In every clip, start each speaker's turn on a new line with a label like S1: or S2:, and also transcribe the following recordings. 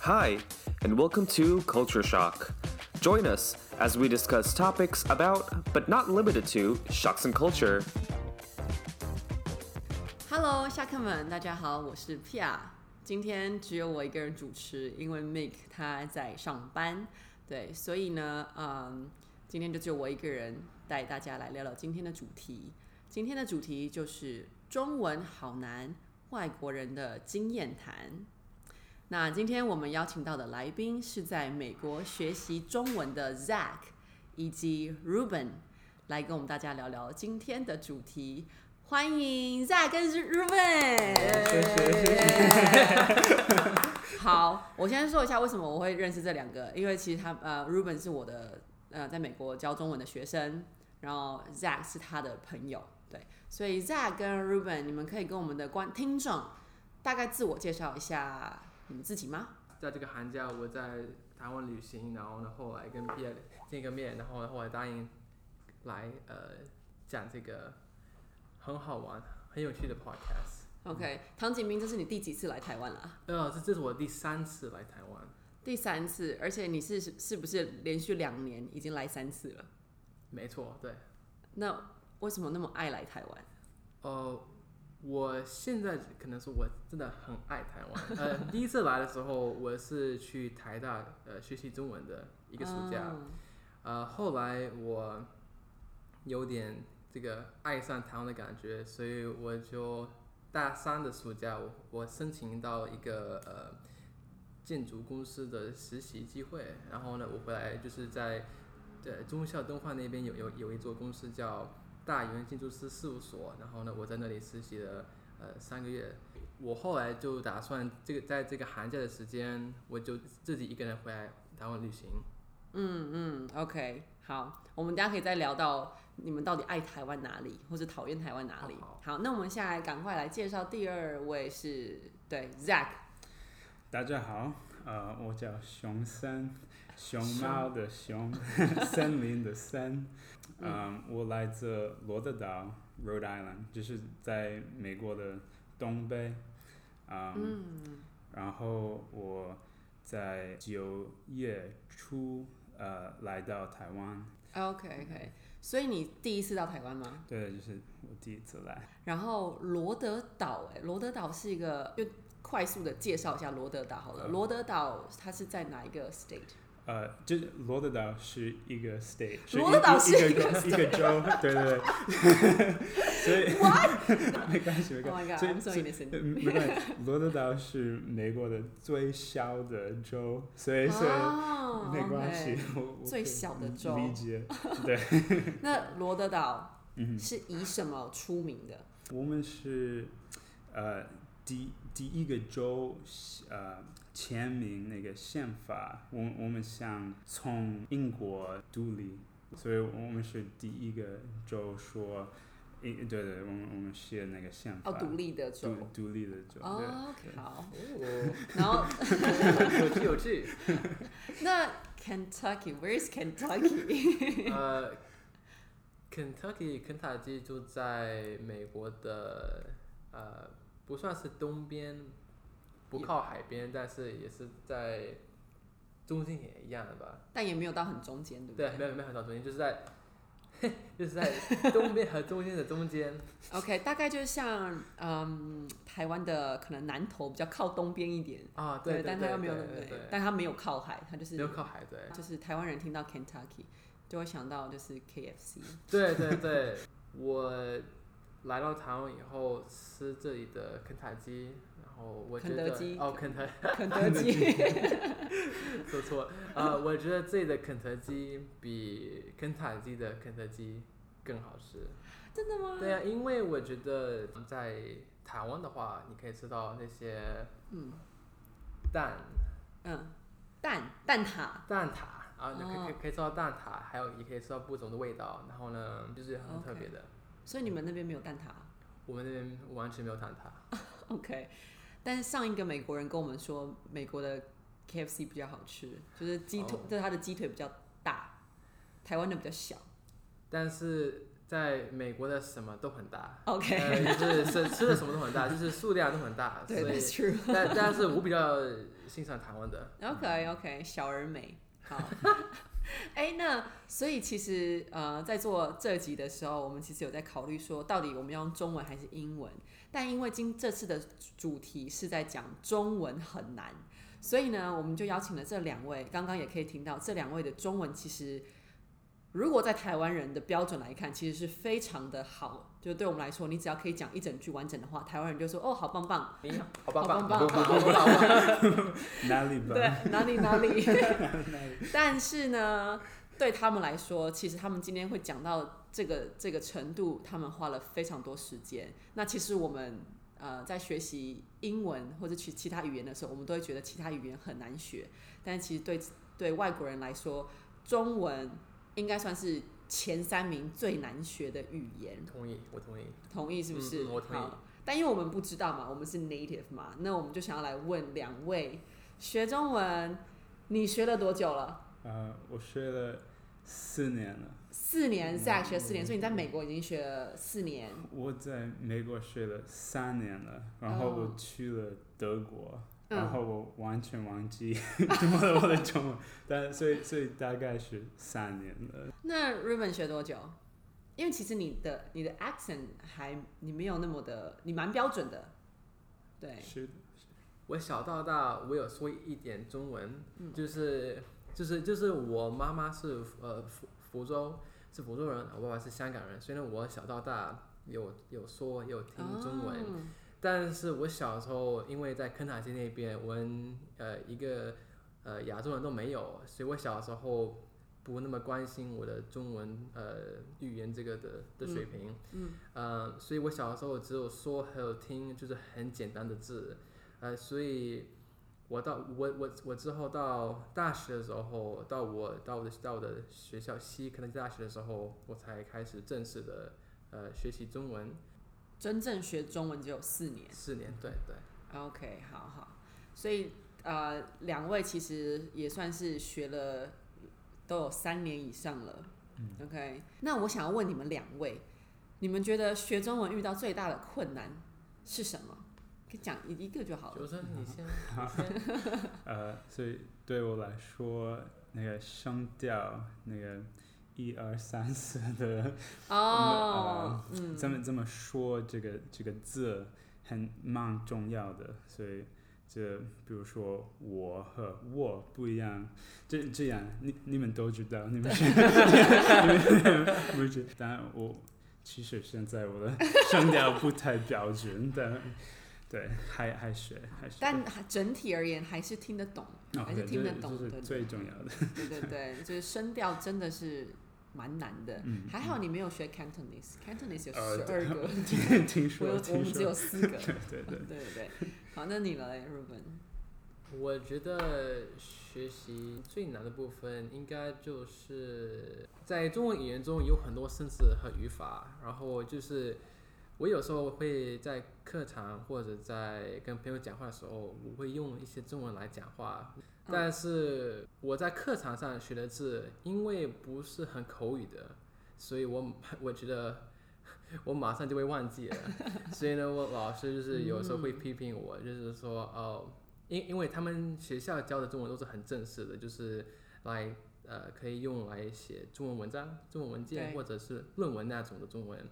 S1: Hi, and welcome to Culture Shock. Join us as we discuss topics about, but not limited to, shocks and culture.
S2: Hello，下课们，大家好，我是 Pia。今天只有我一个人主持，因为 Mick 他在上班，对，所以呢，嗯，今天就只有我一个人带大家来聊聊今天的主题。今天的主题就是中文好难，外国人的经验谈。那今天我们邀请到的来宾是在美国学习中文的 Zach 以及 Ruben，来跟我们大家聊聊今天的主题。欢迎 Zach 跟 Ruben。
S3: 谢谢谢谢。
S2: 好，我先说一下为什么我会认识这两个，因为其实他呃，Ruben 是我的呃在美国教中文的学生，然后 Zach 是他的朋友，对，所以 Zach 跟 Ruben，你们可以跟我们的观听众大概自我介绍一下你们自己吗？
S3: 在这个寒假，我在台湾旅行，然后呢，后来跟毕业见个面，然后后来答应来呃讲这个很好玩、很有趣的 podcast。
S2: OK，唐景明，这是你第几次来台湾了？
S3: 呃，这这是我第三次来台湾，
S2: 第三次，而且你是是不是连续两年已经来三次了？
S3: 没错，对。
S2: 那为什么那么爱来台湾？
S3: 呃，我现在可能是我真的很爱台湾。呃，第一次来的时候，我是去台大呃学习中文的一个暑假。
S2: 嗯
S3: 呃，后来我有点这个爱上台湾的感觉，所以我就大三的暑假，我我申请到一个呃建筑公司的实习机会，然后呢，我回来就是在呃中校敦化那边有有有一座公司叫大元建筑师事务所，然后呢，我在那里实习了呃三个月。我后来就打算这个在这个寒假的时间，我就自己一个人回来台湾旅行。
S2: 嗯嗯，OK，好，我们大家可以再聊到你们到底爱台湾哪里，或者讨厌台湾哪里。
S3: 好
S2: 好，那我们现在赶快来介绍第二位是，对，Zack，
S4: 大家好，呃，我叫熊森，熊猫的熊， 森林的森，嗯、我来自罗德岛 （Rhode Island），就是在美国的东北，嗯，然后我在九月初呃来到台湾，
S2: ，OK OK，所以你第一次到台湾吗？
S4: 对，就是我第一次来。
S2: 然后罗德岛，哎，罗德岛是一个，就快速的介绍一下罗德岛好了。
S4: 嗯
S2: 罗德岛它是在哪一个 state？
S4: 呃，就是罗德岛是一个 state，是
S2: 罗德岛是
S4: 一
S2: 一个
S4: 一个州，对对 对，所以 没关系没
S2: Oh my
S4: 关
S2: god,
S4: 系，
S2: I'm so
S4: 所以所
S2: innocent.
S4: 以呃没关系，罗德岛是美国的最小的州，所以所以
S2: 哦
S4: 没关系
S2: OK，
S4: 我我可以
S2: 最小的州
S4: 理解。
S2: 那罗德岛
S4: 嗯
S2: 是以什么出名的？
S4: 我们是呃第第一个州呃签名那个宪法，我我们想从英国独立，所以我们是第一个州说，英对对，我们我们写那个宪法，
S2: 哦，独立的州
S4: 独。独立的州，对。
S2: 哦，OK，好。
S3: 哦，
S2: 然后
S3: 有趣有趣。
S2: 那 Kentucky，Where is Kentucky？
S3: 呃，Kentucky 肯塔基就在美国的呃，不算是东边，不靠海边，但是也是在中间也一样的吧？
S2: 但也没有到很中间，对不
S3: 对，没有没有很到中间，就是在 就是在东边和中间的中间。
S2: OK，大概就像嗯，台湾的可能南投比较靠东边一点，
S3: 啊，对
S2: 但它
S3: 对
S2: 又没有
S3: 对
S2: 那么
S3: 对对，
S2: 但它没有靠海，它就是
S3: 没有靠海， 对
S2: 就是台湾人听到 Kentucky 就会想到就是 KFC。
S3: 对对对。我来到台湾以后吃这里的肯塔基，然后我觉
S2: 肯
S3: 得
S2: 德基
S3: 哦，肯德
S2: 肯德基，
S3: 说错了，呃，我觉得这里的肯德基比肯塔基的肯德基更好吃。
S2: 真的吗？
S3: 对啊，因为我觉得嗯在台湾的话，你可以吃到那些
S2: 嗯
S3: 蛋
S2: 嗯，蛋蛋挞，
S3: 蛋挞啊，你可以
S2: 哦
S3: 可以吃到蛋挞，还有也可以吃到不同的味道，然后呢，就是很
S2: OK
S3: 特别的。
S2: 所以你们那边没有蛋挞
S3: 我们那边完全没有蛋挞，
S2: ？OK，但是上一个美国人跟我们说，美国的 KFC 比较好吃，就是鸡腿，
S3: 哦
S2: 就是它的鸡腿比较大，台湾的比较小。
S3: 但是在美国的什么都很大
S2: OK
S3: 呃，就是是吃的什么都很大，就是数量都很 大，所
S2: 对
S3: 以
S2: ，That's true。
S3: 但但是我比较欣赏台湾的，
S2: OK OK，小而美，好。哎，那所以其实呃，在做这集的时候，我们其实有在考虑说，到底我们要用中文还是英文？但因为今这次的主题是在讲中文很难，所以呢，我们就邀请了这两位。刚刚也可以听到，这两位的中文其实，如果在台湾人的标准来看，其实是非常的好。就对我们来说，你只要可以讲一整句完整的话，台湾人就说哦，好棒棒，
S3: 你好棒
S2: 好棒
S3: 棒
S2: 棒
S3: 棒棒棒棒，
S4: 哪里吧？
S2: 对，哪里 哪里。但是呢，对他们来说，其实他们今天会讲到这个这个程度，他们花了非常多时间。那其实我们呃在学习英文或者其其他语言的时候，我们都会觉得其他语言很难学，但其实对对外国人来说，中文应该算是前三名最难学的语言。
S3: 同意，我同意。
S2: 同意是不是？
S3: 嗯嗯我同意
S2: 好。但因为我们不知道嘛，我们是 native 嘛，那我们就想要来问两位学中文，你学了多久了？
S4: 呃，我学了四年了，
S2: 四年 z a c 学四
S3: 嗯
S2: 年，所以你在美国已经学了四年。
S4: 我在美国学了三年了，然后
S2: 哦
S4: 我去了德国，
S2: 嗯
S4: 然后我完全忘记 中文我的中文，但所以所以大概是三年了。
S2: 那 Ruben 学多久？因为其实你的你的 accent 还你没有那么的，你蛮标准的，对，
S4: 是的
S3: 我小到大，我有说一点中文，
S2: 嗯
S3: 就是就是就是我妈妈是呃福福州是福州人，我爸爸是香港人，所以呢，我小到大有有说有听中文，
S2: 哦
S3: 但是我小时候因为在肯塔基那边，我们呃一个呃亚洲人都没有，所以我小时候不那么关心我的中文呃语言这个的的水平，
S2: 嗯
S3: 呃，所以我小时候只有说还有听，就是很简单的字，呃，所以我到我我我之后到大学的时候，到我到我的到我的学校西科技大学的时候，我才开始正式的呃学习中文
S2: 真正学中文只有四年。
S3: 四年，对对。
S2: OK，好好，所以呃，两位其实也算是学了都有三年以上了。OK，那
S4: 嗯
S2: 我想要问你们两位，你们觉得学中文遇到最大的困难是什么？可以讲一一个就好
S3: 九
S2: 了。
S3: 生，你先，你先。
S4: 呃，所以对我来说，那个声调，那个一二三四的
S2: 哦，
S4: 嗯，这么这么说这个这个字很蛮重要的，所以这比如说我和我不一样，这这样你你们都知道，你们是 你们不知道，但我其实现在我的声调不太标准，但对还还学还学，
S2: 但还整体而言还是听得懂，
S4: 哦
S2: 还是
S4: 对
S2: 听得
S4: 这
S2: 懂对
S4: 这是最重要的。
S2: 对对对，就是声调真的是蛮难的。
S4: 嗯
S2: 还好你没有学 Cantonese，Cantonese 有
S4: 呃
S2: 十二个，
S4: 听听
S2: 我
S4: 说
S2: 有我
S4: 听
S2: 们只有
S4: 说，
S2: 四 个。
S4: 对对对
S2: 对。对对，好，那你来，Ruben。
S3: 我觉得学习最难的部分，应该就是在中文语言中有很多生词和语法，然后就是我有时候会在课堂或者在跟朋友讲话的时候，我会用一些中文来讲话，但是我在课堂上学的字，因为不是很口语的，所以我 我觉得。我马上就会忘记了， 所以呢，我老师就是有时候会批评我，就是说，哦，因因为他们学校教的中文都是很正式的，就是来呃可以用来写中文文章、中文文件
S2: 对
S3: 或者是论文那种的中文，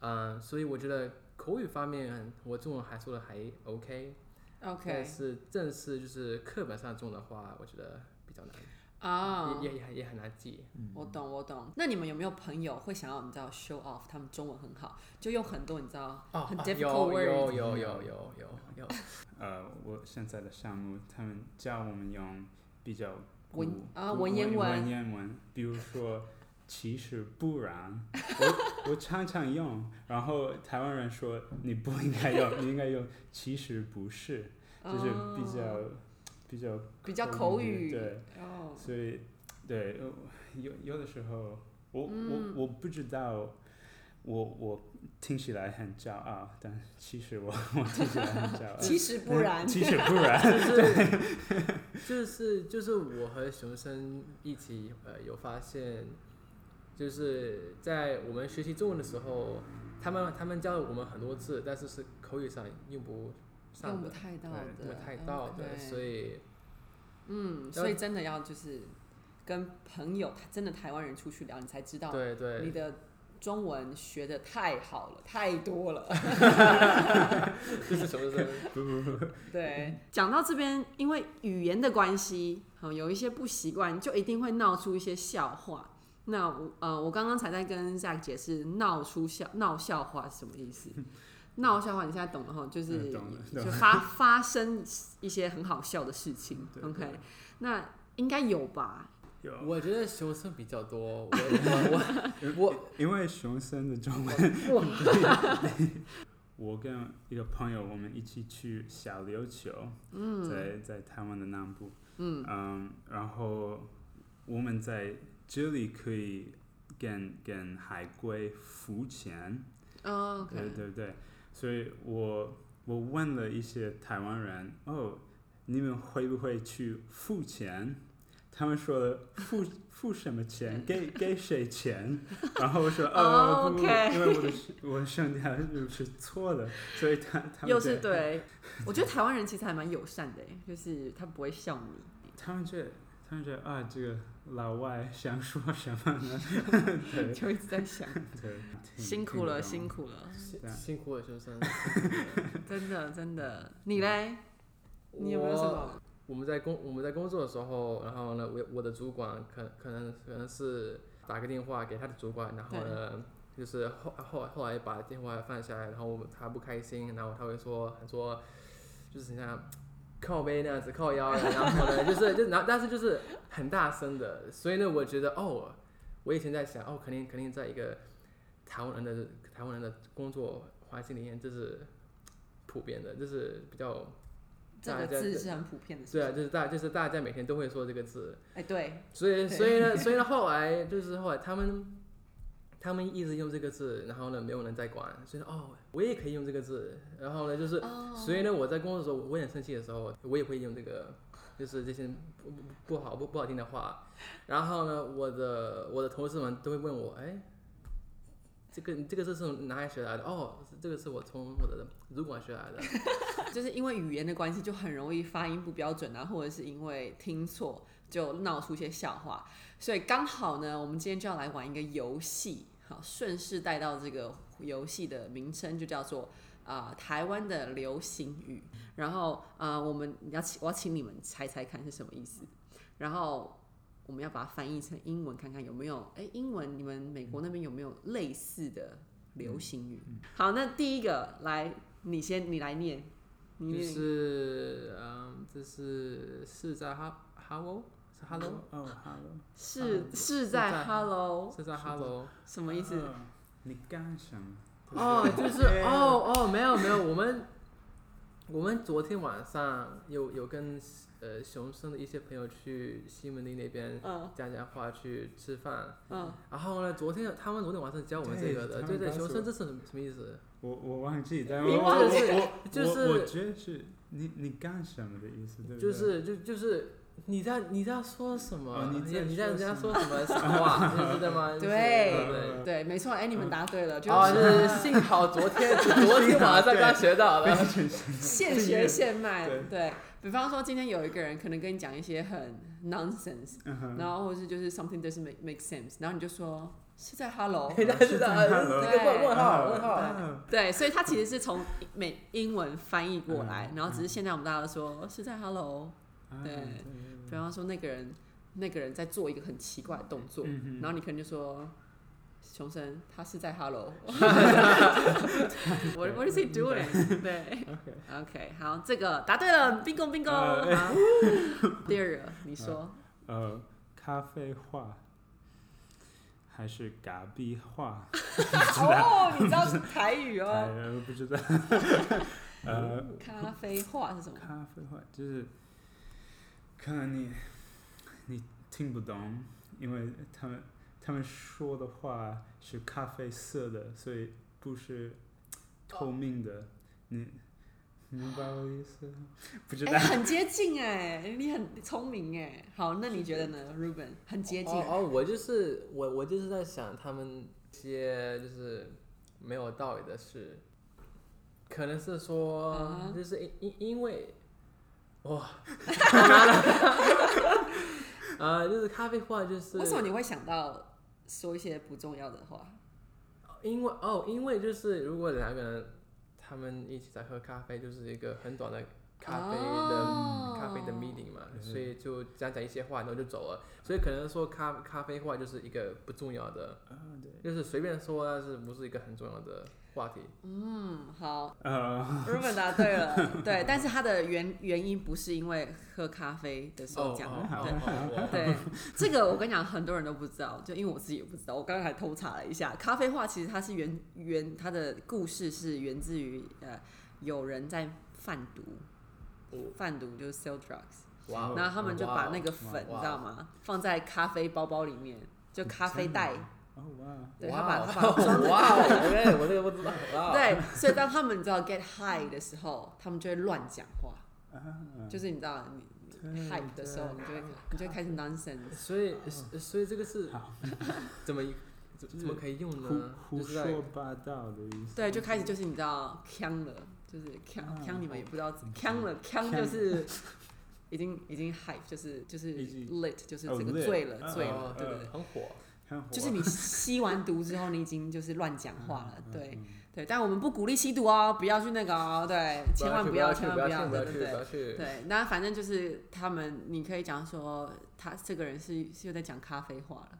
S3: 嗯、所以我觉得口语方面我中文还说的还 OK，, 但
S2: OK
S3: 是正式就是课本上中的话，我觉得比较难，
S2: 啊、
S3: 也也也很难记。
S2: 我懂我懂。那你们有没有朋友会想要你知道 show off 他们中文很好，就用很多你知道
S3: 哦，
S2: 很
S3: 啊嗯
S2: difficult
S3: 有有
S2: words？
S3: 有有有有 有，
S4: 呃，我现在的项目，他们教我们用比较古
S2: 文啊
S4: 古
S2: 文言文
S4: 文言文，比如说其实不然，我我常常用，然后台湾人说你不应该用，你应该用其实不是，就是比较、
S2: 哦
S4: 比较
S2: 比较口
S4: 语，
S2: 语
S4: 对，
S2: 哦，
S4: 所以对呃有有的时候我、
S2: 嗯
S4: 我我不知道。我我听起来很骄傲，但其实我我听起来
S3: 呃
S4: 很 骄傲。。
S2: 其实不
S3: 嗯
S2: 然
S4: 其实不然，
S3: 就是就是我和熊生一起呃有发现，就是在我们学习中文的时候，他们他们教了我们很多字，但是是口语上用不上
S2: 用不
S3: 的，
S2: 太到的
S3: 对，用不太到的，
S2: OK
S3: 所以
S2: 嗯，所以真的要就是跟朋友，真的台湾人出去聊，你才知道
S3: 对
S2: 你
S3: 对
S2: 的中文学的太好了，太多了。
S3: 就是什 么什么，
S4: 嗯
S2: 对，讲到这边，因为语言的关系，好有一些不习惯，就一定会闹出一些笑话。那我呃，我刚刚才在跟 Zack 解释闹出笑闹笑话是什么意 思。闹笑话你现在懂了哈，就是、
S4: 嗯懂了懂
S2: 就发发生一些很好笑的事情。
S4: 对
S2: OK，
S4: 对
S2: 那应该有 吧？
S4: 有，
S3: 我觉得学生比较多， 我我我我
S4: 因为熊生的中文，我跟一个朋友我们一起去小琉球，嗯，在在台湾的南部，嗯然后我们在这里可以跟跟海龟浮潜，
S2: 哦，OK、
S4: 对
S2: o
S4: 对对，所以我我问了一些台湾人，哦，你们会不会去付钱？他们说了 付付什么钱？给给谁钱？然后我 说
S2: 哦
S4: 呃不不，
S2: OK
S4: 因为我的我的声调是错的，所以他
S2: k
S4: 他们
S2: 又是
S4: 觉得
S2: 对，我觉得台湾人其实还蛮友善的，欸就是他不会笑你。
S4: 他们觉得他们觉得啊这个老外想说什么呢？ 对嗯
S2: 就一直在 想，
S4: 对，挺
S2: 辛苦了，辛。
S4: 挺
S2: 苦了。
S3: 辛
S4: 对
S3: 辛苦了学生。
S2: 真的真的，你嘞？你有没有什
S3: 我
S2: 么？
S3: 我们在工我们在工作的时候，然后呢，我我的主管可可能可能是打个电话给他的主管，然后呢，就是后后后来把电话放下来，然后我们他不开心，然后他会说说就是像靠背那样子靠腰，啊然后呢就是就然后但是就是很大声的，所以呢，我觉得哦，我以前在想哦，肯定肯定在一个台湾人的台湾人的工作环境里面，这是普遍的，这是比较。
S2: 这个字是很普遍的，是
S3: 对
S2: 不
S3: 啊，
S2: 是？
S3: 就是大，就是大家每天都会说这个字，
S2: 哎，对，
S3: 所以
S2: 对
S3: 所以呢，所以呢，后来就是后来他们他们一直用这个字，然后呢，没有人在管，所以呢哦，我也可以用这个字，然后呢，就是、
S2: 哦
S3: 所以呢，我在工作的时候，我很生气的时候，我也会用这个，就是这些不不不好不不好听的话，然后呢，我的我的同事们都会问我，哎。这个这个字是哪里学来的？哦，这个是我从我的主管学来的。
S2: 就是因为语言的关系，就很容易发音不标准啊，或者是因为听错就闹出一些笑话。所以刚好呢，我们今天就要来玩一个游戏，好，顺势带到这个游戏的名称就叫做。啊、台湾的流行语，然后啊、呃我们你要请我要请你们猜猜看是什么意思，然后我们要把它翻译成英文，看看有没有哎、英文你们美国那边有没有类似的流行语？好，那第一个来，你先你来念，你
S3: 就
S2: 念、
S3: 是嗯，这是是在哈哈喽，是哈
S2: 嗯
S3: 喽，
S4: 哦，hello，
S2: 是
S3: 嗯
S2: 是
S3: 是在
S2: 在 Hello
S3: 是在哈喽。
S2: 什么意思？
S4: 哦你干什么？
S3: 哦，就是哦哦，没有没有，我们我们昨天晚上有有跟呃雄生的一些朋友去西门町那边
S2: 嗯
S3: 讲讲话去吃饭，
S2: 嗯，
S3: 然后呢，昨天他们昨天晚上教我们这
S4: 对
S3: 个的，
S4: 他
S3: 对
S4: 们
S3: 对，
S4: 告诉
S3: 雄生
S4: 我
S3: 这是什么什么意思？
S4: 我我忘记，但
S2: 你
S4: 我
S2: 忘
S4: 我
S2: 记
S4: 我我
S3: 就
S4: 我我
S3: 是
S4: 觉得是你你干什么的意思，对不对？
S3: 就是就就是。你在你在说什么？
S4: 哦你
S3: 你
S4: 在
S3: 你在
S4: 说
S3: 人家
S4: 什
S3: 说什么傻话？ 就是对 吗？就是
S2: 对
S3: 对。
S2: 对，没错，哎、你们答对了，就
S3: 哦，
S2: 是
S3: 是幸好昨 天昨天晚上刚学到了。
S2: 现学现卖。
S4: 对
S2: 对比方说，今天有一个人可能跟你讲一些很 nonsense，、
S4: 嗯哼
S2: 然后或是就是 something doesn't make make sense，然后你就说是在 Hello，
S3: 人家知道 呃这个问问号问号，
S4: 啊
S2: 对，所以它其实是从美英文翻译过来，然后只是现在我们大家都说是在 Hello。
S4: 啊
S2: 对比方说那个人那个人在做一个很奇怪的动作，
S4: 嗯哼
S2: 然后你可能就说。熊生，他是在 Hello。What What is he doing？对
S4: OK
S2: ，OK，好，这个答对了，bingo bingo。
S4: 呃
S2: 好 第二个，你说
S4: 呃，咖啡话还是咖啡话？
S2: 哦，你知道是台语
S4: 哎
S2: 哦。
S4: 呃不知道。 呃，
S2: 咖啡话是什么？
S4: 咖啡话就是可能你你听不懂，因为他们他们说的话是咖啡色的，所以不是透明的。你你不好意思，不知
S2: 哎、
S4: 道。
S2: 很接近哎、你很聪明哎、好，那你觉得呢，Ruben？很接近、
S3: 哦哦，我就是我我就是在想他们一些就是没有道理的事，可能是说、
S2: 啊哈
S3: 就是因因因为 哇，呃，就是咖啡话就是
S2: 为什么你会想到说一些不重要的话？
S3: 因为哦，因为就是如果两个人他们一起在喝咖啡，就是一个很短的咖啡的、
S2: 哦
S3: 咖啡的 meeting 嘛，
S4: 嗯
S3: 所以就讲讲一些话，然后就走了。所以可能说咖咖啡话就是一个不重要的，
S4: 哦
S3: 就是随便说，但是不是一个很重要的话题。
S2: 嗯，好
S4: 呃，
S2: ，Ruben 答对 了，对，但是他的原原因不是因为喝咖啡的时候
S3: 哦
S2: 讲
S3: 哦
S2: 的，对。
S3: 哦，对，
S2: 对，这个我跟你讲，很多人都不知道，就因为我自己也不知道。我刚刚还偷查了一下，咖啡话其实它是源源它的故事是源自于呃有人在贩毒，
S3: 哦
S2: 贩毒就是 sell drugs，
S3: 哇哦，
S2: 然后他们就把那
S3: 个
S2: 个粉
S3: 哇哦嗯
S2: 你知道吗，放在咖啡包包里面，就咖啡
S4: 真的
S2: 袋，
S4: 哦哇，
S2: 对，
S3: 哇
S2: 他把
S3: 哦
S2: 他把 它装在
S3: 哇哦，OK，我 这个不知道，哇哦，
S2: 对，所以当他们你知道 get high 的时候，他们就会乱讲话，
S4: 啊，
S2: 就是你知道你你 high 的时候，你就会你就会开始 nonsense。
S3: 所以所以这个是
S4: 好
S3: 怎么怎
S4: 就是
S3: 怎么可以用
S4: 胡
S3: 呢？
S4: 胡
S3: 就是在
S4: 说八道的意思。
S2: 对，就开始就是你知道呛了，就是呛
S4: 啊
S2: 呛你们也不知道
S4: 嗯
S2: 呛了呛
S4: 呛
S2: 就是 已经已经 high 就是就是
S4: 已经
S2: lit 就是
S4: 哦
S2: 这个
S4: lit，
S2: 醉了
S4: 啊
S2: 醉
S3: 哦
S2: 了，对对对
S4: 啊。
S3: 很火。
S4: 看火
S2: 就是你吸完毒之后，你已经就是乱讲话了，
S4: 嗯
S2: 对
S4: 嗯
S2: 对，但我们不鼓励吸毒哦，不要去那个哦，对，千万
S3: 不
S2: 要，
S3: 去
S2: 千万
S3: 不
S2: 要，
S3: 去不
S2: 对
S3: 要
S2: 对
S3: 去，不
S2: 对
S3: 要，去。
S2: 对，那反正就是他们，你可以讲说他这个人是是又在讲咖啡话了，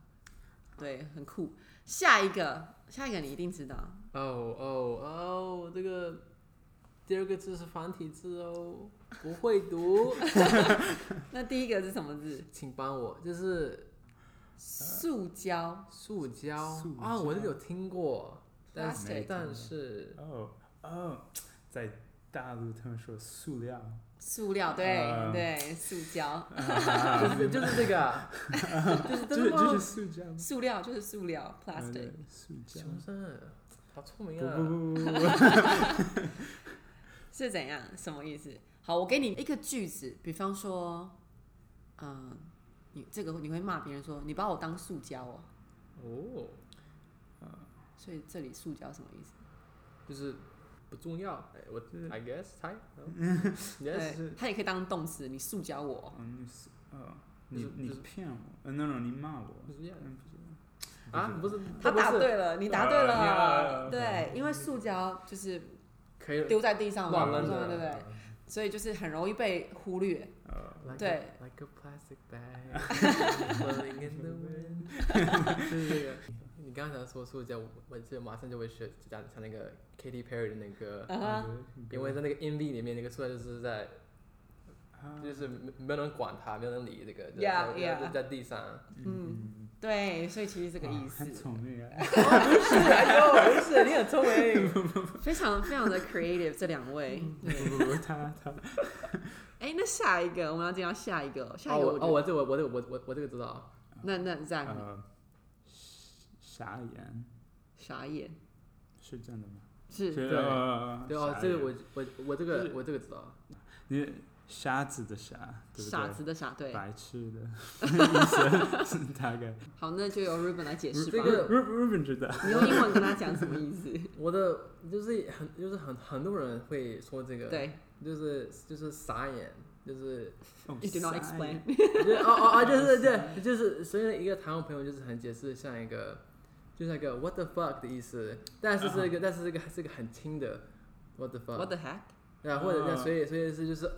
S2: 对，很酷。下一个，下一个你一定知道，
S3: 哦哦哦，这个第二个字是繁体字哦，不会读，
S2: 那第一个是什么字？
S3: 请帮我，就是
S2: 塑胶
S3: 塑胶
S4: 塑
S3: 啊，我这个
S4: 胶
S3: 有听过，但是
S4: 没
S2: （plastic）
S3: 但是
S4: 哦哦，在大陆他们说塑料，
S2: 塑料，对、
S4: 嗯
S2: 对，塑 胶，
S3: 就是就是这个啊，就是
S4: 就
S3: 真
S4: 是
S3: 的吗？
S4: 就是塑胶吗
S2: 塑料就是塑料 （plastic）
S4: 对。塑胶。
S3: 穷生，好聪
S4: 不
S3: 明
S4: 不
S3: 啊！
S4: 不不不，
S2: 是怎样？什么意思？好，我给你一个句子，比方说，嗯，你这个你会骂别人说你把我当塑胶哦，
S3: 哦，
S2: 所以这里塑胶什么意思？
S3: 就是不重要，哎我
S4: 是
S3: I guess 猜
S2: 对
S3: ，yes，是，
S2: 它也可以当动词，你塑胶我。
S4: 嗯，你是哦，你
S3: 就是
S4: 你
S3: 就是
S4: 骗我，呃，no no，你骂我，
S3: 不是 yes
S4: 嗯，不是
S3: 啊，不是，
S2: 他
S3: 不
S2: 答
S3: 是，
S2: 对了，你答对
S4: 啊
S2: 了，
S4: ，yeah，
S2: 对，因为塑胶就是
S3: 可以
S2: 丢在地上嘛，
S3: 乱
S4: 忘了
S2: 对
S3: 扔
S4: 呢
S2: 对
S3: 的，
S2: 对对，所以就是很容易被忽略。
S4: 呃，
S3: Like a-
S2: 对
S3: ，like a plastic bag floating in the wind，就是这个。你刚才说塑胶，我我就马上就会学讲像那个 Katy Perry 的那个，
S4: 呃
S2: 啊哈，
S4: 对
S3: 因为在那个 MV 里面，那个塑料就是在，
S4: 啊
S3: 就是没没有人管它，没有人理这个，就
S2: Yeah,
S3: 在在
S2: yeah.
S3: 在地上。
S2: 嗯，对，所以其实这个
S4: 哇
S2: 意
S4: 很
S2: 思哦
S4: 聪明啊，
S3: 哎呦，不是，你很聪 明。
S2: 非常非常的 creative 这两位。
S3: 嗯
S2: 对，
S4: 不不不，他他
S2: 哎，那下一个我们要进到下一个，下
S3: 哦，
S2: 一个
S3: 我
S2: 我
S3: 哦，
S2: 觉得
S3: 我这嗯我我这我我我这个知道，
S2: 那那这样
S4: 呃，傻眼
S2: 傻眼
S4: 是真的吗？
S2: 是
S3: 对
S4: 呃
S3: 对哦，
S4: 傻
S3: 这个
S4: 眼
S3: 我我我这
S4: 就
S3: 个
S4: 是
S3: 我这个知道。
S4: 你傻子的傻，对不对？
S2: 傻子的傻，对。
S4: 白痴的 意思，大概
S2: 好，那就由 Ruben 来解释
S3: 这
S2: 吧。
S3: 个
S4: 日日本知道，
S2: 你用英文跟他讲什么意思？
S3: 我的就是很就是很很多人会说这个，
S2: 对
S3: 就是就是傻眼，就是
S4: 哦
S2: ，You do not
S4: 傻
S2: explain
S4: 眼。
S3: 就是哦哦哦，就是
S4: 傻
S3: 对，就是所以一个台湾朋友就是很解释像一个，就像一个 what the fuck 的意思，但是
S4: 啊
S3: 是一个、但是这个还是一个很轻的 what the fuck，
S2: What the heck？
S3: 对啊，或者
S4: 啊
S3: 那所以所以是就是、是有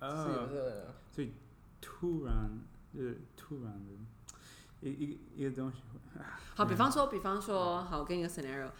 S4: 呃，
S3: 这个
S4: 所以突然就是突然的一一个一个东西嗯
S2: 好，比方说，比方说，好，我给你个 scenario，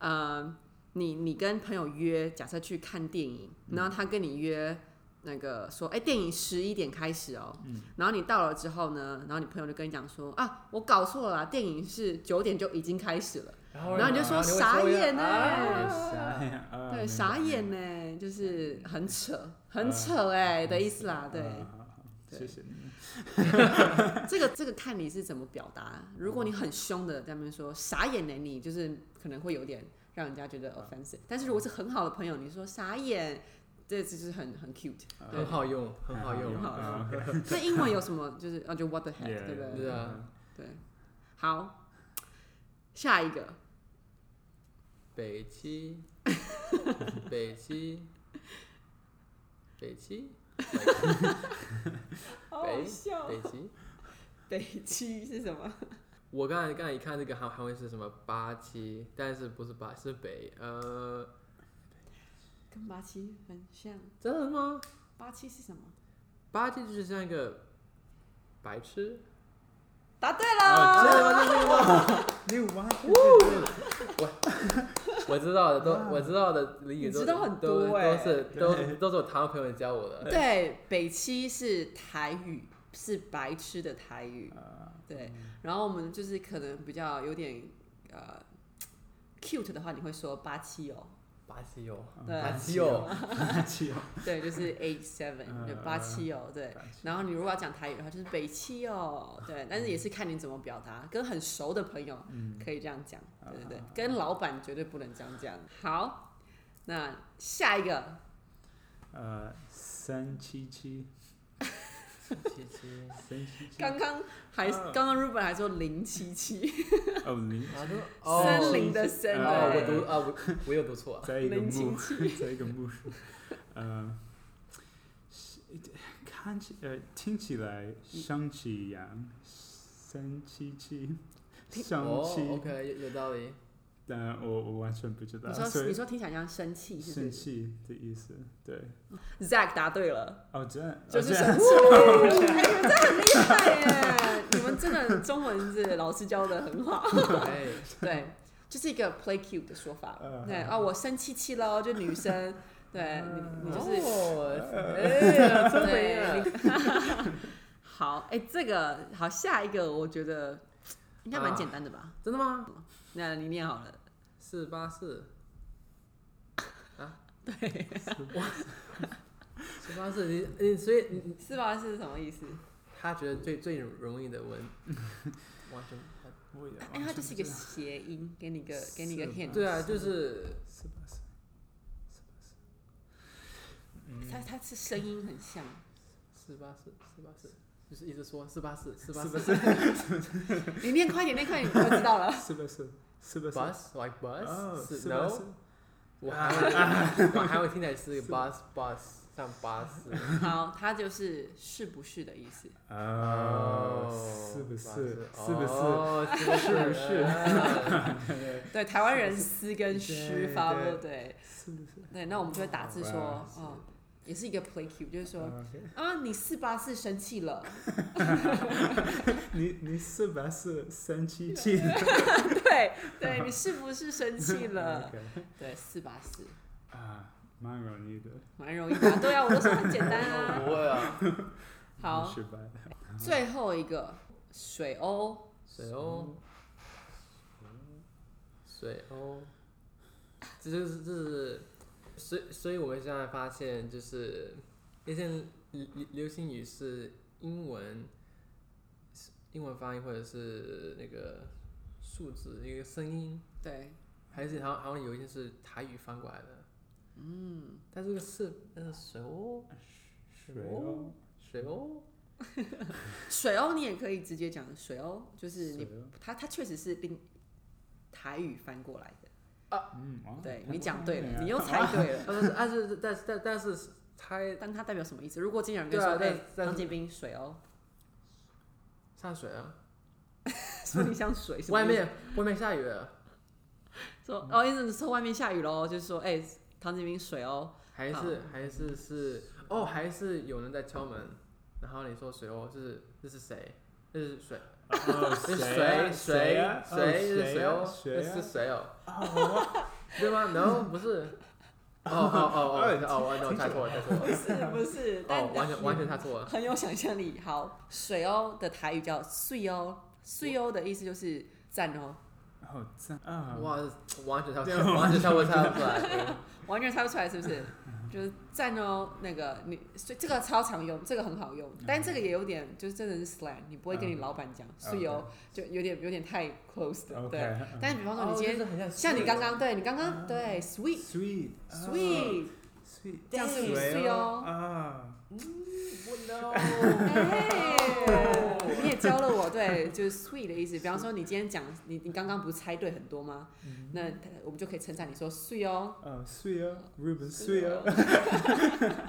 S2: 呃，你你跟朋友约，假设去看电影，
S4: 嗯
S2: 然后他跟你约那个说，哎、电影十一点开始哦，
S4: 嗯
S2: 然后你到了之后呢，然后你朋友就跟你讲说，啊，我搞错了啦，电影是九点就已经开始了，
S3: 然后
S2: 然后你就说傻眼呢
S4: 会
S3: 啊
S4: 傻眼，啊
S2: 对，
S4: 明
S2: 傻
S4: 白
S2: 眼呢，就是很扯，很
S4: 呃
S2: 扯哎、的意思啦，对，
S4: 啊好好谢谢你们。
S2: 这个这个看你是怎么表达，如果你很凶的在那边说傻眼呢，你就是可能会有点让人家觉得 offensive，但是如果是很好的朋友，你说傻眼。这就是很很 cute。
S3: 很好用，很好用
S2: 很。好用
S4: 啊，OK，
S2: 那英文有什么？就是啊，就 what the heck，
S4: Yeah，
S2: 对不对？
S3: 对啊
S2: 对，好，下一个
S3: 北七，北七，北七，北
S2: 笑
S3: 北七。
S2: 北七是什么？
S3: 我刚才刚才一看这个韩韩文是什么八七，但是不是八是北，呃，
S2: 跟八七很像。
S3: 真的吗？
S2: 八七是什么？
S3: 八七就是像一个白痴，
S2: 答对
S3: 啊，
S4: 哦
S2: 了，
S3: 真的吗？真的吗？
S4: 六八对对对
S3: 我知道的都，我知道的俚语
S2: 你
S3: 都
S2: 知道很
S3: 都
S2: 多欸
S3: 都是都都是我台湾朋友教我的。
S2: 对，北七是台语，是白痴的台语。对，
S4: 嗯
S2: 然后我们就是可能比较有点呃 cute 的话，你会说八七哦，
S3: 巴西哦，
S2: 对
S3: 巴西哦，
S4: 八七哦
S2: 对，就是 eight seven，
S4: 嗯
S2: 就八七哦，对。然后你如果要讲台语的话，就是北七哦， 对。但是
S4: 嗯
S2: 也是看你怎么表达，跟很熟的朋友可以这样讲，
S4: 啊
S2: 对对对。跟老板绝对不能这样讲。好，那下一个
S4: 呃，三七七，
S3: 七七，
S4: 三七七，
S2: 刚刚还
S4: 嗯
S2: 刚刚 Ruben 还说零七七，
S4: 哦零，
S3: 啊都哦
S2: 森林的森，
S4: 嗯
S3: 哦，我
S2: 对
S3: 读啊，我我有读错，
S4: 再一个
S2: 零
S4: 木
S2: 七，
S4: 再一个木，呃，是看起呃听起来
S2: 嗯
S4: 像起羊，三七七，像
S3: 哦
S4: 七，
S3: ，OK，有有道 理。
S4: 但我我完全不知道，
S2: 你
S4: 啊所
S2: 说
S4: 以
S2: 你说听起来像生气是
S4: 生
S2: 不是
S4: 气的意思，对，
S2: ？Zach 答对了，
S4: 哦这样，
S2: 就是
S4: 哦这样
S2: 生气，哎 你们真的很厉害耶！你们真的中文字老师教的很好。
S3: 哎，
S2: 对，就是一个 play cute 的说法。
S4: 嗯
S2: 对啊，我生气气喽，就女生，对你，你就是、
S3: 哦，哎，聪明啊！
S2: 对。 好，哎、这个好，下一个我觉得应该蛮简单的吧？
S3: 真的吗？
S2: 那你念好了。
S3: 四八四，啊，
S2: 对，
S3: 四八四，你你所以你
S2: 是吧？是什么意思？
S3: 他觉得最最容易的文，完全
S4: 我也
S2: 哎、
S4: 完
S2: 它
S4: 全
S2: 就是一个
S4: 不知道
S2: 谐音，给你一个给你一个
S4: 是
S2: hint。
S3: 对啊，就是
S4: 是吧是
S2: 它它是声音很像。
S3: 四八四四八四，就是一直说四八四四八
S4: 是不
S3: 四
S4: 是
S2: 你念快点，念快点，我知道了。
S4: 是不是是不 是
S3: bus like
S4: 哦
S3: bus
S4: 是
S3: 四
S4: 不
S3: no，
S4: 是
S3: 我还会 我还会听起来是 bus bus 像巴士，
S2: 好，它就是是不是的意思。
S4: 哦，啊是不是？是不是？
S3: 哦是不
S4: 是不是
S3: 是？
S2: 对，台湾人思跟虚
S4: 对
S2: 发
S4: 对
S2: 不对？
S4: 是不是？
S2: 对，那我们就会打字说，
S4: 哇
S2: 哦、也是一个 play cue，就是说，
S4: 啊，OK
S2: 啊，你四八四生气 了，
S4: 你你是不是三七 七？
S2: 对对，你是不是生气 了？
S4: 嗯 OK
S2: 对，四八四，
S4: 啊，蛮容易的，
S2: 蛮容易的，对啊，我都说很简单
S3: 不
S2: 啊。
S3: 会啊，
S2: 好，
S4: 失败的。
S2: 最后一个水鸥，
S3: 水哦，水哦，这就是这是，所以所以我们现在发现就是一些流流行语是英文，英文发音或者是那个数字一个声音，
S2: 对，
S3: 还是好像好像有一些是台语翻过来的，嗯，但这个是那个水哦
S4: 水哦，
S3: 水哦，
S2: 水鸥你也可以直接讲水鸥，就是你，
S4: 水哦，
S2: 它它确实是另台语翻过来的，
S4: 嗯，哦
S2: 对你讲对了，你
S4: 又
S2: 又 猜对了。
S3: 但是呃但是但是但但是猜
S2: 但它代表什么意思？如果今天有人跟
S3: 对啊
S2: 你说，
S3: 但
S2: 哎、
S3: 但
S2: 张建斌水哦鸥，
S3: 上水啊，
S2: 说你像 水，什么
S3: 外
S2: 意思
S3: 面外面下雨了。
S2: 说哦，意思是说外面下雨喽，就是说，哎、唐景斌水哦，
S3: 还是还是是哦，还是有人在敲门，然后你说谁哦？这是这是谁？这是谁？这是谁？
S4: 谁
S3: 谁
S4: 啊
S3: 谁？这是谁
S4: 哦
S3: 哦？
S4: 谁
S3: 这
S4: 啊
S3: 是
S4: 谁
S3: 谁哦？
S4: 啊？哦
S3: 对吗？No，不 是。哦哦哦
S4: 哎
S3: 哦哦，那我猜错了，猜错了。
S2: 是 不是？
S3: 哦，完全完
S2: 全
S3: 全猜错了。
S2: 很有想象力。好，水哦的台语叫碎哦，碎哦的意思就是赞哦，
S4: 哦，赞啊！
S3: 哇，完全猜错，完全猜 不猜不出来。
S2: 完全猜不出来是 不是？就是赞哦，那个你，所以这个超常用，这个很好用，
S3: 嗯
S2: 但这个也有点就是真的是 slang，你不会跟你
S4: 嗯
S2: 老板讲碎哦，就有点有点太 close 的，对。
S4: ，OK，嗯
S2: 但
S4: 哦
S2: 是比方说你今天
S3: 天
S2: 像你刚刚对你刚刚对 sweet
S4: sweet，啊
S2: sweet。
S3: 岁
S2: 这样是五
S4: 谁
S2: 岁哦。
S4: 啊，
S2: 哎， 你也教了我，对，就是 sweet 的意思。比方说，你今天讲，你你刚刚不是猜对很多吗？那他我们就可以称赞你说 sweet 哦，
S4: 呃，碎哦，Ruben
S2: 啊
S4: 碎哦，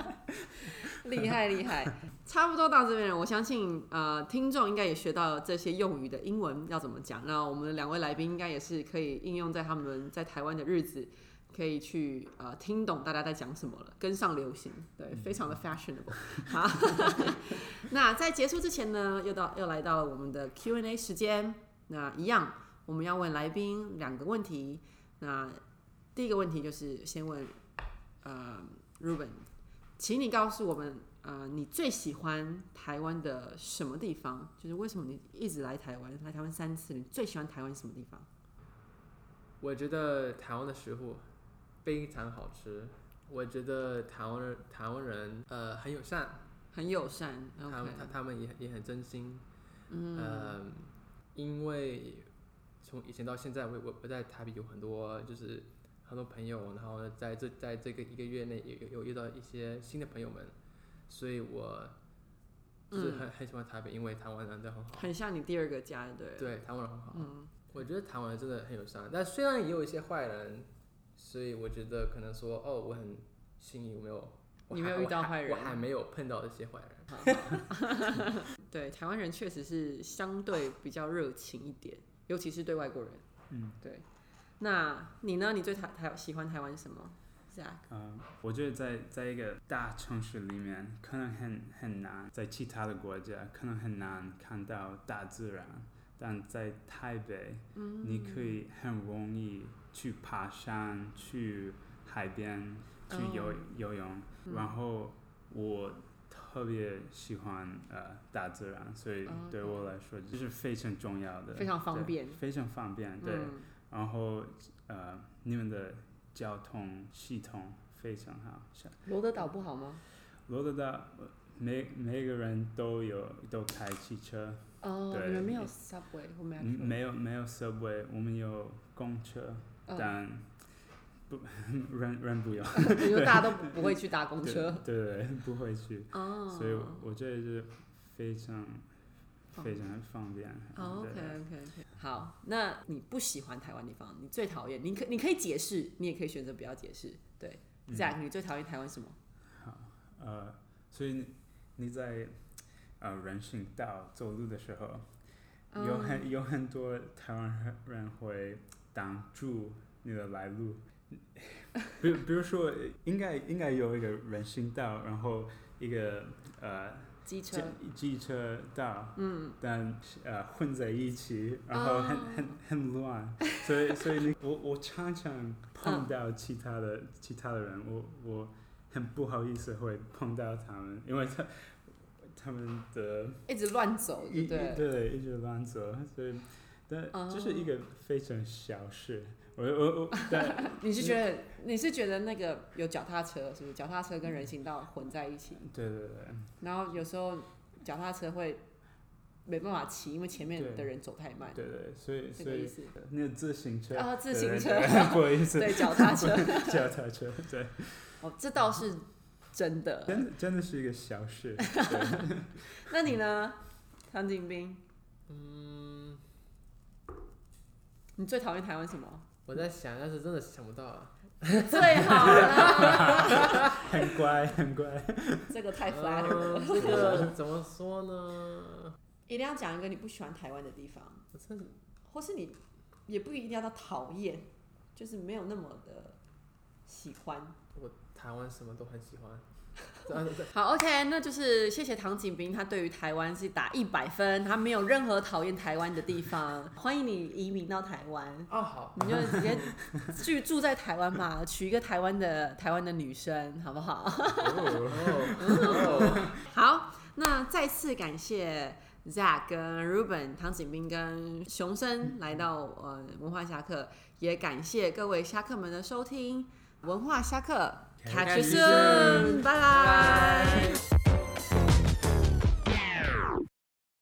S2: 厉害厉害。差不多到这边了，我相信呃，听众应该也学到这些用语的英文要怎么讲。那我们两位来宾应该也是可以应用在他们在台湾的日子。可以去呃听懂大家在讲什么了，跟上流行，对，非常的 fashionable。好， 那在结束之前呢，又到又来到了我们的 Q&A 时间。那一样，我们要问来宾两个问题。那第一个问题就是先问呃 Ruben，请你告诉我们呃你最喜欢台湾的什么地方？就是为什么你一直来台湾，来台湾三次，你最喜欢台湾什么地方？
S3: 我觉得台湾的食物非常好吃。我觉得台湾人台湾人呃很友善，
S2: 很友善
S4: 嗯
S3: 他
S2: ，OK，
S3: 们他他们也也很真心。嗯、因为从以前到现在，我我我在台北有很多就是很多朋友，然后呢在这在这个一个月内也有有遇到一些新的朋友们，所以我就是很、很喜欢台北，因为台湾人真的很好。
S2: 很像你第二个家，对了，
S3: 对，台湾人很好。
S2: 嗯
S3: 我觉得台湾人真的很有善，但虽然也有一些坏人，所以我觉得可能说哦，我很幸运，我没有，我
S2: 你
S3: 还
S2: 没有遇到坏人
S3: 我还我还没有碰到这些坏人。
S2: 对，台湾人确实是相对比较热情一点，尤其是对外国人。
S4: 嗯，
S2: 对。那你呢？你最台台喜欢台湾什么？Zack，
S4: 嗯，我觉得在在一个大城市里面，可能很很难，在其他的国家可能很难看到大自然，但在台北，你可
S2: 嗯
S4: 以很容易去爬山、去海边、去游、
S2: 哦
S4: 游泳，然后我。特别喜欢呃大自然，所以
S2: 哦
S4: 对我来说这是非常重要的，
S2: 非常方
S4: 对
S2: 便
S4: 非常方便，对。
S2: 嗯，
S4: 然后呃，你们的交通系统非常好，像
S2: 罗德岛不好吗？
S4: 罗德岛呃每每个人都有都开汽车，
S2: 哦，
S4: 对
S2: 你们没有 subway 或 metro？
S4: 嗯没有没有 subway，我们有公车，
S2: 嗯，
S4: 但不 人人不用，
S2: 因为大家都 不会去搭公
S4: 对
S2: 车。
S4: 对对，不会去，
S2: 哦，
S4: 所以我觉得是非常
S2: 方
S4: 非常方便。
S2: 哦，OK
S4: 对
S2: OK OK，好，那你不喜欢台湾地方，你最讨厌，你可你可以解释，你也可以选择不要解释。对
S4: 嗯
S2: ，Zack，你最讨厌台湾什么？
S4: 好，呃，所以你你在呃人行道走路的时候，有很有很多台湾人会挡住你的来路， 比比如说，应该应该有一个人行道，然后一个呃
S2: 机车
S4: 机。机车道，嗯，但呃混在一起，然后
S2: 哦
S4: 很、很很乱，所以所以你我我常常
S2: 嗯
S4: 碰到其他的、其他的人，我我很不好意思会碰到他们，因为他他们的
S2: 一直乱走，对
S4: 一一
S2: 不对？
S4: 对一直乱走，所以但
S2: 哦
S4: 这是一个非常小事，我我我 但
S2: 你是觉
S4: 嗯
S2: 得你是觉得那个有脚踏车是不是？脚踏车跟人行道混在一起，
S4: 对对对。
S2: 然后有时候脚踏车会没办法骑，因为前面
S4: 对
S2: 的人走太慢。
S4: 对对，所以
S2: 这
S4: 所
S2: 个意
S4: 以
S2: 思
S4: 那个自行车
S2: 啊自行车
S4: 对对对 不好意思，
S2: 对，脚踏车
S4: 脚踏车，对，
S2: 哦，这倒是真的。
S4: 真的真的是一个 小事，
S2: 那你呢，唐景斌？
S3: 嗯，
S2: 你最讨厌台湾什么？
S3: 我在想，但是真的想不到啊。
S2: 最好 了，
S4: 很乖很乖。
S2: 这个太 flatter 了。
S3: 嗯，这个怎么说呢？
S2: 一定要讲一个你不喜欢台湾的地方，
S3: 我真的
S2: 或是你也不一定要到讨厌，就是没有那么的喜欢。
S3: 我台湾什么都很喜欢。 啊对
S2: 好，OK，那就是谢谢唐景斌，他对于台湾是打一百分，他没有任何讨厌台湾的地方，欢迎你移民到台湾。
S3: 哦，好，
S2: 你就直接住住在台湾嘛，娶一个台湾的台湾的女生，好不好？
S3: 哦哦，
S2: 好，那再次感谢 Zack 跟 Ruben、唐景斌跟熊生来到呃文化侠客，也感谢各位侠客们的收听。文化侠客，Catch you
S4: Catch you
S2: soon，拜拜。
S3: 拜。